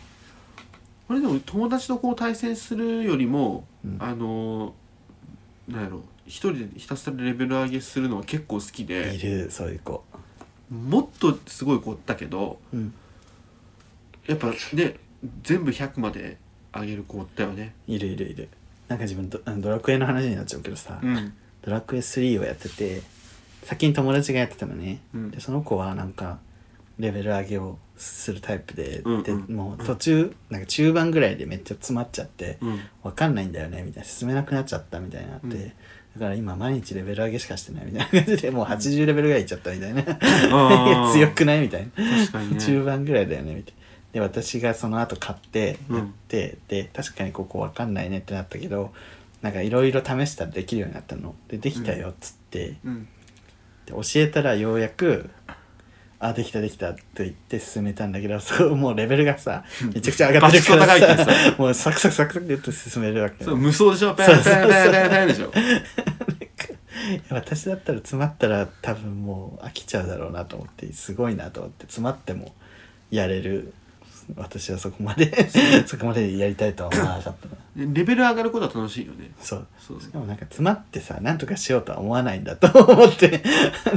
[SPEAKER 1] これでも友達とこう対戦するよりも、
[SPEAKER 2] うん
[SPEAKER 1] あのーなんやろ一人でひたすらレベル上げするのは結構好き
[SPEAKER 2] い
[SPEAKER 1] で
[SPEAKER 2] るそういう子
[SPEAKER 1] もっとすごい子おったけど
[SPEAKER 2] うん
[SPEAKER 1] やっぱね全部100まで上げる子おったよね
[SPEAKER 2] いるいるいるなんか自分ドあのドラクエの話になっちゃうけどさ、
[SPEAKER 1] うん
[SPEAKER 2] ドラクエ3をやってて先に友達がやってたのね、
[SPEAKER 1] うん
[SPEAKER 2] でその子はなんかレベル上げをするタイプで、
[SPEAKER 1] うん
[SPEAKER 2] で
[SPEAKER 1] うん
[SPEAKER 2] もう途中なんか中盤ぐらいでめっちゃ詰まっちゃって、
[SPEAKER 1] うん
[SPEAKER 2] わかんないんだよねみたいな進めなくなっちゃったみたいになって、
[SPEAKER 1] うん
[SPEAKER 2] だから今毎日レベル上げしかしてないみたいな感じでもう80レベルぐらいいっちゃったみたいな
[SPEAKER 1] あー
[SPEAKER 2] 強くないみたいな、
[SPEAKER 1] 確かにね
[SPEAKER 2] 中盤ぐらいだよねみたいなで私がその後買って
[SPEAKER 1] うん
[SPEAKER 2] やって、で確かにここわかんないねってなったけどなんかいろいろ試したらできるようになったのでできたよっつって、で
[SPEAKER 1] うん
[SPEAKER 2] 教えたらようやくあできたできたと言って進めたんだけど そうもうレベルがさめちゃくちゃ上がってるから
[SPEAKER 1] バチクソ高い
[SPEAKER 2] さ
[SPEAKER 1] けど
[SPEAKER 2] もうサクサクサクサクって進めるわけ
[SPEAKER 1] そう無双でしょペンペンペンペンペンでしょ
[SPEAKER 2] 私だったら詰まったら多分もう飽きちゃうだろうなと思ってすごいなと思って詰まってもやれる私はそこま でそこまでやりたいとは思わなかったな
[SPEAKER 1] レベル上がることは楽しいよね
[SPEAKER 2] そう
[SPEAKER 1] そう
[SPEAKER 2] しかもなんか詰まってさ何とかしようとは思わないんだと思って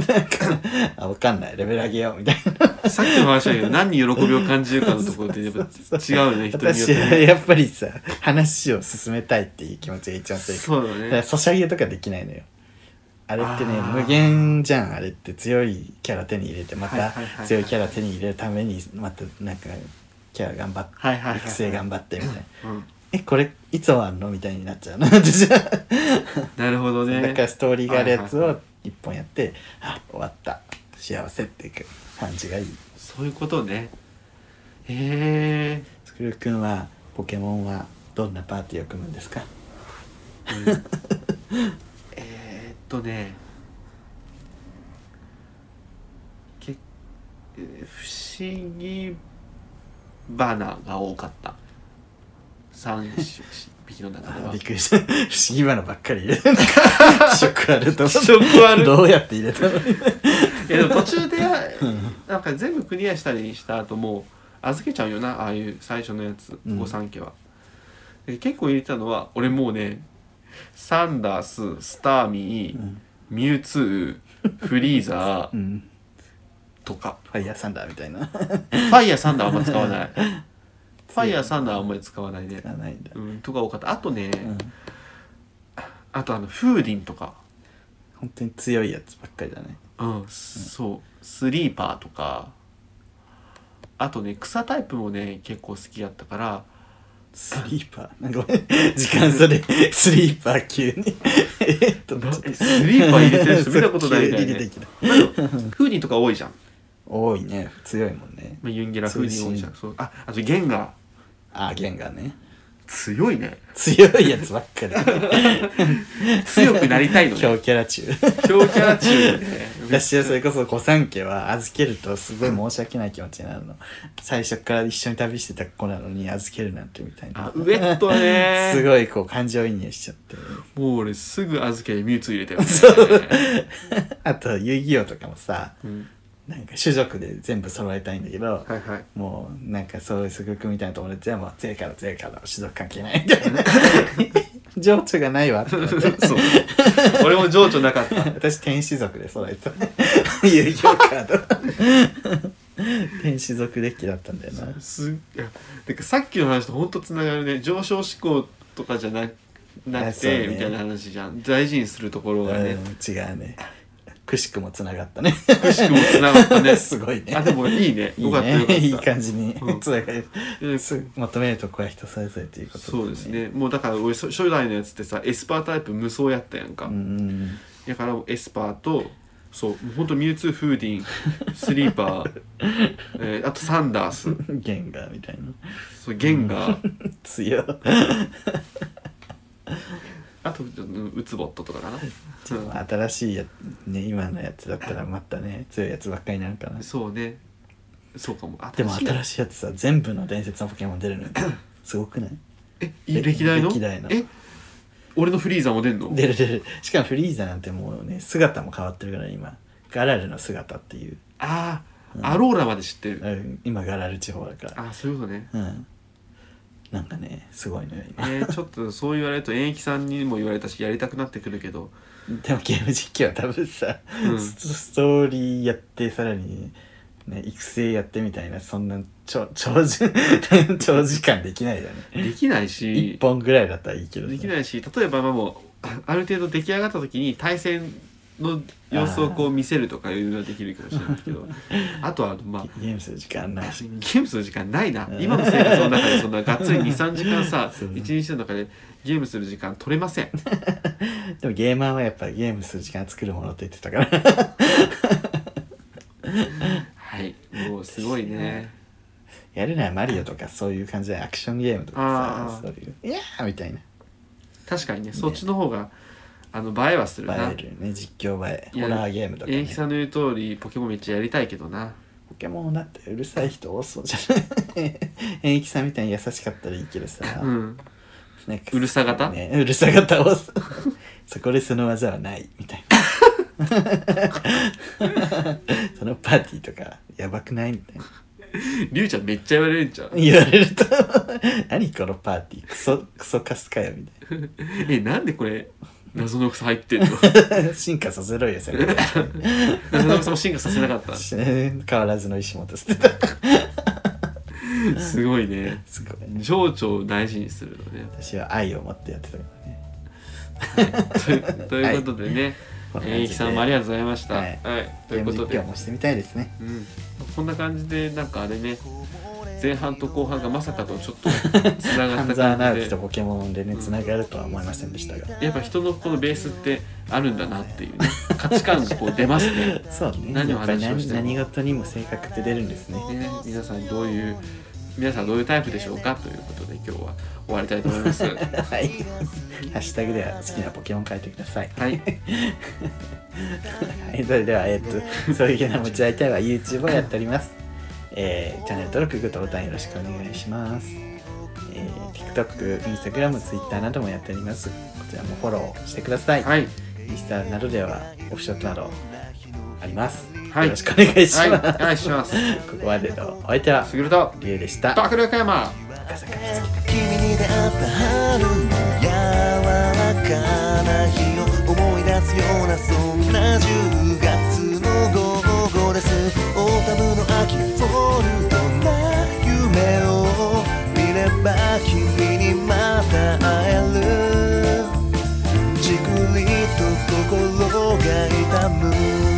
[SPEAKER 2] なんかあ分かんないレベル上げようみたいな
[SPEAKER 1] さっきの話だけど何に喜びを感じるかのところってやっぱ違うよ ね人によっ
[SPEAKER 2] 私
[SPEAKER 1] て
[SPEAKER 2] は
[SPEAKER 1] ね
[SPEAKER 2] やっぱりさ話を進めたいっていう気持ちが一番強いから
[SPEAKER 1] そうだ
[SPEAKER 2] だから
[SPEAKER 1] ね
[SPEAKER 2] ソシャゲとかできないのよあれってね
[SPEAKER 1] あー
[SPEAKER 2] 無限じゃんあれって強いキャラ手に入れてま
[SPEAKER 1] はい
[SPEAKER 2] た
[SPEAKER 1] はいはいはい
[SPEAKER 2] 強いキャラ手に入れるためにまたなんかキャラ頑張って、
[SPEAKER 1] はいはいはいはい
[SPEAKER 2] 育成頑張ってみたいな
[SPEAKER 1] うん
[SPEAKER 2] えこれいつ終わんのみたいになっちゃ うの私は
[SPEAKER 1] なるほどね
[SPEAKER 2] だからストーリーがあるやつ
[SPEAKER 1] はい
[SPEAKER 2] を一本やって、あ終わった幸せっていう感じがいい
[SPEAKER 1] そういうことねへえ
[SPEAKER 2] スクール君はポケモンはどんなパーティーを組むんですか
[SPEAKER 1] えーっとねけ、えー不思議花が多かった3匹の中で
[SPEAKER 2] あ
[SPEAKER 1] は
[SPEAKER 2] びっくりした不思議花ばっかり入れ る ショックあると思って
[SPEAKER 1] ショックある
[SPEAKER 2] どうやって入れたの
[SPEAKER 1] いやで も途中でなんか全部クリアしたりした後もう預けちゃうよなああいう最初のやつ
[SPEAKER 2] うん
[SPEAKER 1] 御三家は、で結構入れてたのは俺もうねサンダーススターミー、
[SPEAKER 2] うん
[SPEAKER 1] ミュウツーフリーザ
[SPEAKER 2] う
[SPEAKER 1] ー
[SPEAKER 2] ん
[SPEAKER 1] とか
[SPEAKER 2] ファイヤーサンダーみ たいな
[SPEAKER 1] ファイヤーサンダーはあんま使わないファイヤーサンダーはあんまり使わないね
[SPEAKER 2] がないんだ、
[SPEAKER 1] うんとか多かったあとね、
[SPEAKER 2] うん、
[SPEAKER 1] あとあのフーディンとか
[SPEAKER 2] 本当に強いやつばっかりだね
[SPEAKER 1] うん、そうスリーパーとかあとね草タイプもね結構好きやったから
[SPEAKER 2] スリーパー なんかごめん時間差でスリーパー急に えっと
[SPEAKER 1] なえスリーパー入れてる人見たことないみたい
[SPEAKER 2] 急に
[SPEAKER 1] ね
[SPEAKER 2] 出てきた
[SPEAKER 1] フーディンとか多いじゃん、
[SPEAKER 2] 多いね強いもんね
[SPEAKER 1] まあ、ユンゲラフーディン多いじゃん
[SPEAKER 2] 通
[SPEAKER 1] そうああとゲンガー
[SPEAKER 2] あゲンガーね
[SPEAKER 1] 強いね
[SPEAKER 2] 強いやつばっかり
[SPEAKER 1] 強くなりたいのね
[SPEAKER 2] 強キャ ラ中
[SPEAKER 1] 強キャラ中でね
[SPEAKER 2] 私はそれこそ御三家は預けるとすごい申し訳ない気持ちになるの最初から一緒に旅してた子なのに預けるなんてみたいな
[SPEAKER 1] あウエットね
[SPEAKER 2] すごいこう感情移入しちゃって
[SPEAKER 1] もう俺すぐ預けてミュウツー入れたよ、
[SPEAKER 2] あと遊戯王とかもさ
[SPEAKER 1] うん、
[SPEAKER 2] なんか種族で全部揃えたいんだけど、
[SPEAKER 1] はいはい
[SPEAKER 2] もうなんかそういうすごくみたいな友達はもう強いから強いから種族関係ないみたいな情緒がないわって思って
[SPEAKER 1] そう俺も情緒なかった
[SPEAKER 2] 私天使族で揃えた遊戯王カード天使族デッキだったんだよな
[SPEAKER 1] すいやてかさっきの話と本当つながるね上昇志向とかじゃなな
[SPEAKER 2] あ
[SPEAKER 1] く
[SPEAKER 2] そう
[SPEAKER 1] て、
[SPEAKER 2] ね
[SPEAKER 1] みたいな話じゃん大事にするところがね
[SPEAKER 2] うん、違うねくしくもつながったね
[SPEAKER 1] くしくもつながったね
[SPEAKER 2] すごいね
[SPEAKER 1] あでもいいね
[SPEAKER 2] い い
[SPEAKER 1] よかったよかった
[SPEAKER 2] ねいい感じに
[SPEAKER 1] うん
[SPEAKER 2] つながる
[SPEAKER 1] うん
[SPEAKER 2] す求めるとこは人それぞれということ
[SPEAKER 1] そうですねもうだから俺そ初代のやつってさエスパータイプ無双やったやんか、
[SPEAKER 2] うんうんうん
[SPEAKER 1] だからエスパーとそうもう本当ミュウツーフーディンスリーパ ー、えーあとサンダース
[SPEAKER 2] ゲンガーみたいな
[SPEAKER 1] そうゲンガー、
[SPEAKER 2] 強い
[SPEAKER 1] あとうんウツボットとかかな、う、
[SPEAKER 2] 新しいやね今のやつだったらまたね強いやつばっかりになるかなん
[SPEAKER 1] そうねそうかもあ
[SPEAKER 2] でも
[SPEAKER 1] 確かに
[SPEAKER 2] 新しいやつさ全部の伝説のポケモン出るの よすごくない
[SPEAKER 1] えい歴代の
[SPEAKER 2] 歴代の
[SPEAKER 1] え俺のフリーザも出んの
[SPEAKER 2] 出る出るしかもフリーザなんてもうね姿も変わってるからい今ガラルの姿っていう、
[SPEAKER 1] ああ、
[SPEAKER 2] うん
[SPEAKER 1] アローラまで知ってる、
[SPEAKER 2] うん今ガラル地方だから
[SPEAKER 1] ああそういうことね
[SPEAKER 2] うんなんかねすごいのよ今
[SPEAKER 1] えー、ちょっとそう言われると演疫さんにも言われたしやりたくなってくるけど
[SPEAKER 2] でもゲーム実況は多分さ、
[SPEAKER 1] うん
[SPEAKER 2] スストーリーやってさらに、ね、育成やってみたいなそんな長長時 長時間できないよね
[SPEAKER 1] できない
[SPEAKER 2] 一
[SPEAKER 1] し
[SPEAKER 2] 本ぐらいだったらいいけど
[SPEAKER 1] でき
[SPEAKER 2] い
[SPEAKER 1] ないし例えばまあもうある程度出来上がった時に対戦の様子をこう見せるとかいうのはできるかもしれないけ どあとはあのまあ
[SPEAKER 2] ゲームする時間ないし
[SPEAKER 1] ゲームする時間ないな今の生活の中で そんながっつり23時間さ
[SPEAKER 2] そう
[SPEAKER 1] 一日の中でゲームする時間取れません
[SPEAKER 2] でもゲーマーはやっぱゲームする時間作るものって言ってたから
[SPEAKER 1] はいもうすごいね
[SPEAKER 2] やるならマリオとかそういう感じでアクションゲームとかさ
[SPEAKER 1] あー
[SPEAKER 2] そういう「いやー!」みたいな
[SPEAKER 1] 確かにねそっちの方があの映えはするな
[SPEAKER 2] 映えるよね実況映え
[SPEAKER 1] いや
[SPEAKER 2] ホラーゲームとか、
[SPEAKER 1] え
[SPEAKER 2] ね
[SPEAKER 1] い、きさんの言う通りポケモンめっちゃやりたいけどな
[SPEAKER 2] ポケモンだってうるさい人多そうじゃない 演疫さんみたいに優しかったらいいけどさ、
[SPEAKER 1] うん
[SPEAKER 2] なんか
[SPEAKER 1] うるさ型
[SPEAKER 2] ね、うるさ型を そこでその技はないみたいな そのパーティーとかやばくないみたいな
[SPEAKER 1] りゅうちゃんめっちゃ言われるんちゃう
[SPEAKER 2] 言われると 何このパーティークソクソカスかよみ
[SPEAKER 1] えなんでこれ謎の草入ってんの
[SPEAKER 2] たいな 進化させろよそれぐらい
[SPEAKER 1] 謎の草も進化させなかっ
[SPEAKER 2] 変わらずの石本捨て た
[SPEAKER 1] たすごいね
[SPEAKER 2] すごい
[SPEAKER 1] 情緒を大事にするの ね
[SPEAKER 2] 私は愛を持ってやってたからね
[SPEAKER 1] というということでね、
[SPEAKER 2] はい
[SPEAKER 1] えいきさんもありがとうございました。
[SPEAKER 2] は
[SPEAKER 1] はいい、と
[SPEAKER 2] ゲ
[SPEAKER 1] い
[SPEAKER 2] ー
[SPEAKER 1] う
[SPEAKER 2] ム
[SPEAKER 1] こ
[SPEAKER 2] 実
[SPEAKER 1] とで
[SPEAKER 2] 況、もしてみたいですね
[SPEAKER 1] うん、こんな感じでなんかあれね、前半と後半がまさかとちょっとつなが
[SPEAKER 2] 半
[SPEAKER 1] った
[SPEAKER 2] 沢
[SPEAKER 1] 感
[SPEAKER 2] 直
[SPEAKER 1] じ
[SPEAKER 2] 樹と
[SPEAKER 1] で、
[SPEAKER 2] ポケモンでねつながるとは思いませんでしたが
[SPEAKER 1] やっぱ人のこのベースってあるんだなっていうね、価値観がこう出ますね。
[SPEAKER 2] そうね
[SPEAKER 1] 何を
[SPEAKER 2] やっぱり
[SPEAKER 1] 話をし
[SPEAKER 2] 何
[SPEAKER 1] ても
[SPEAKER 2] 何事にも性格って出るんですね
[SPEAKER 1] ね、皆さんどういう皆さんどういうタイプでしょうかということで今日は終わりたいと思います。は
[SPEAKER 2] はい。ハッシュタグでは好きなポケモン書いてください。
[SPEAKER 1] い、
[SPEAKER 2] はい。それでは、えっと、そういうような持ち合いたいは YouTube をやっております。えーチャンネル登録、グッドボタンよろしくお願いします。えー TikTok、Instagram、Twitter などもやっております。こちらもフォローしてください。。
[SPEAKER 1] はいい、
[SPEAKER 2] インスタなどではオフショットなどあります。
[SPEAKER 1] はい
[SPEAKER 2] よろしくお願いします。
[SPEAKER 1] はい、お願いします。
[SPEAKER 2] ここまでのお相手は
[SPEAKER 1] す、ぐると、
[SPEAKER 2] りゅうでした。
[SPEAKER 1] 爆力山。
[SPEAKER 3] 君に出会った春の柔らかな日を思い出すようなそんな10月の午後ですオータムの秋フォルトな夢を見れば君にまた会えるじくりと心が痛む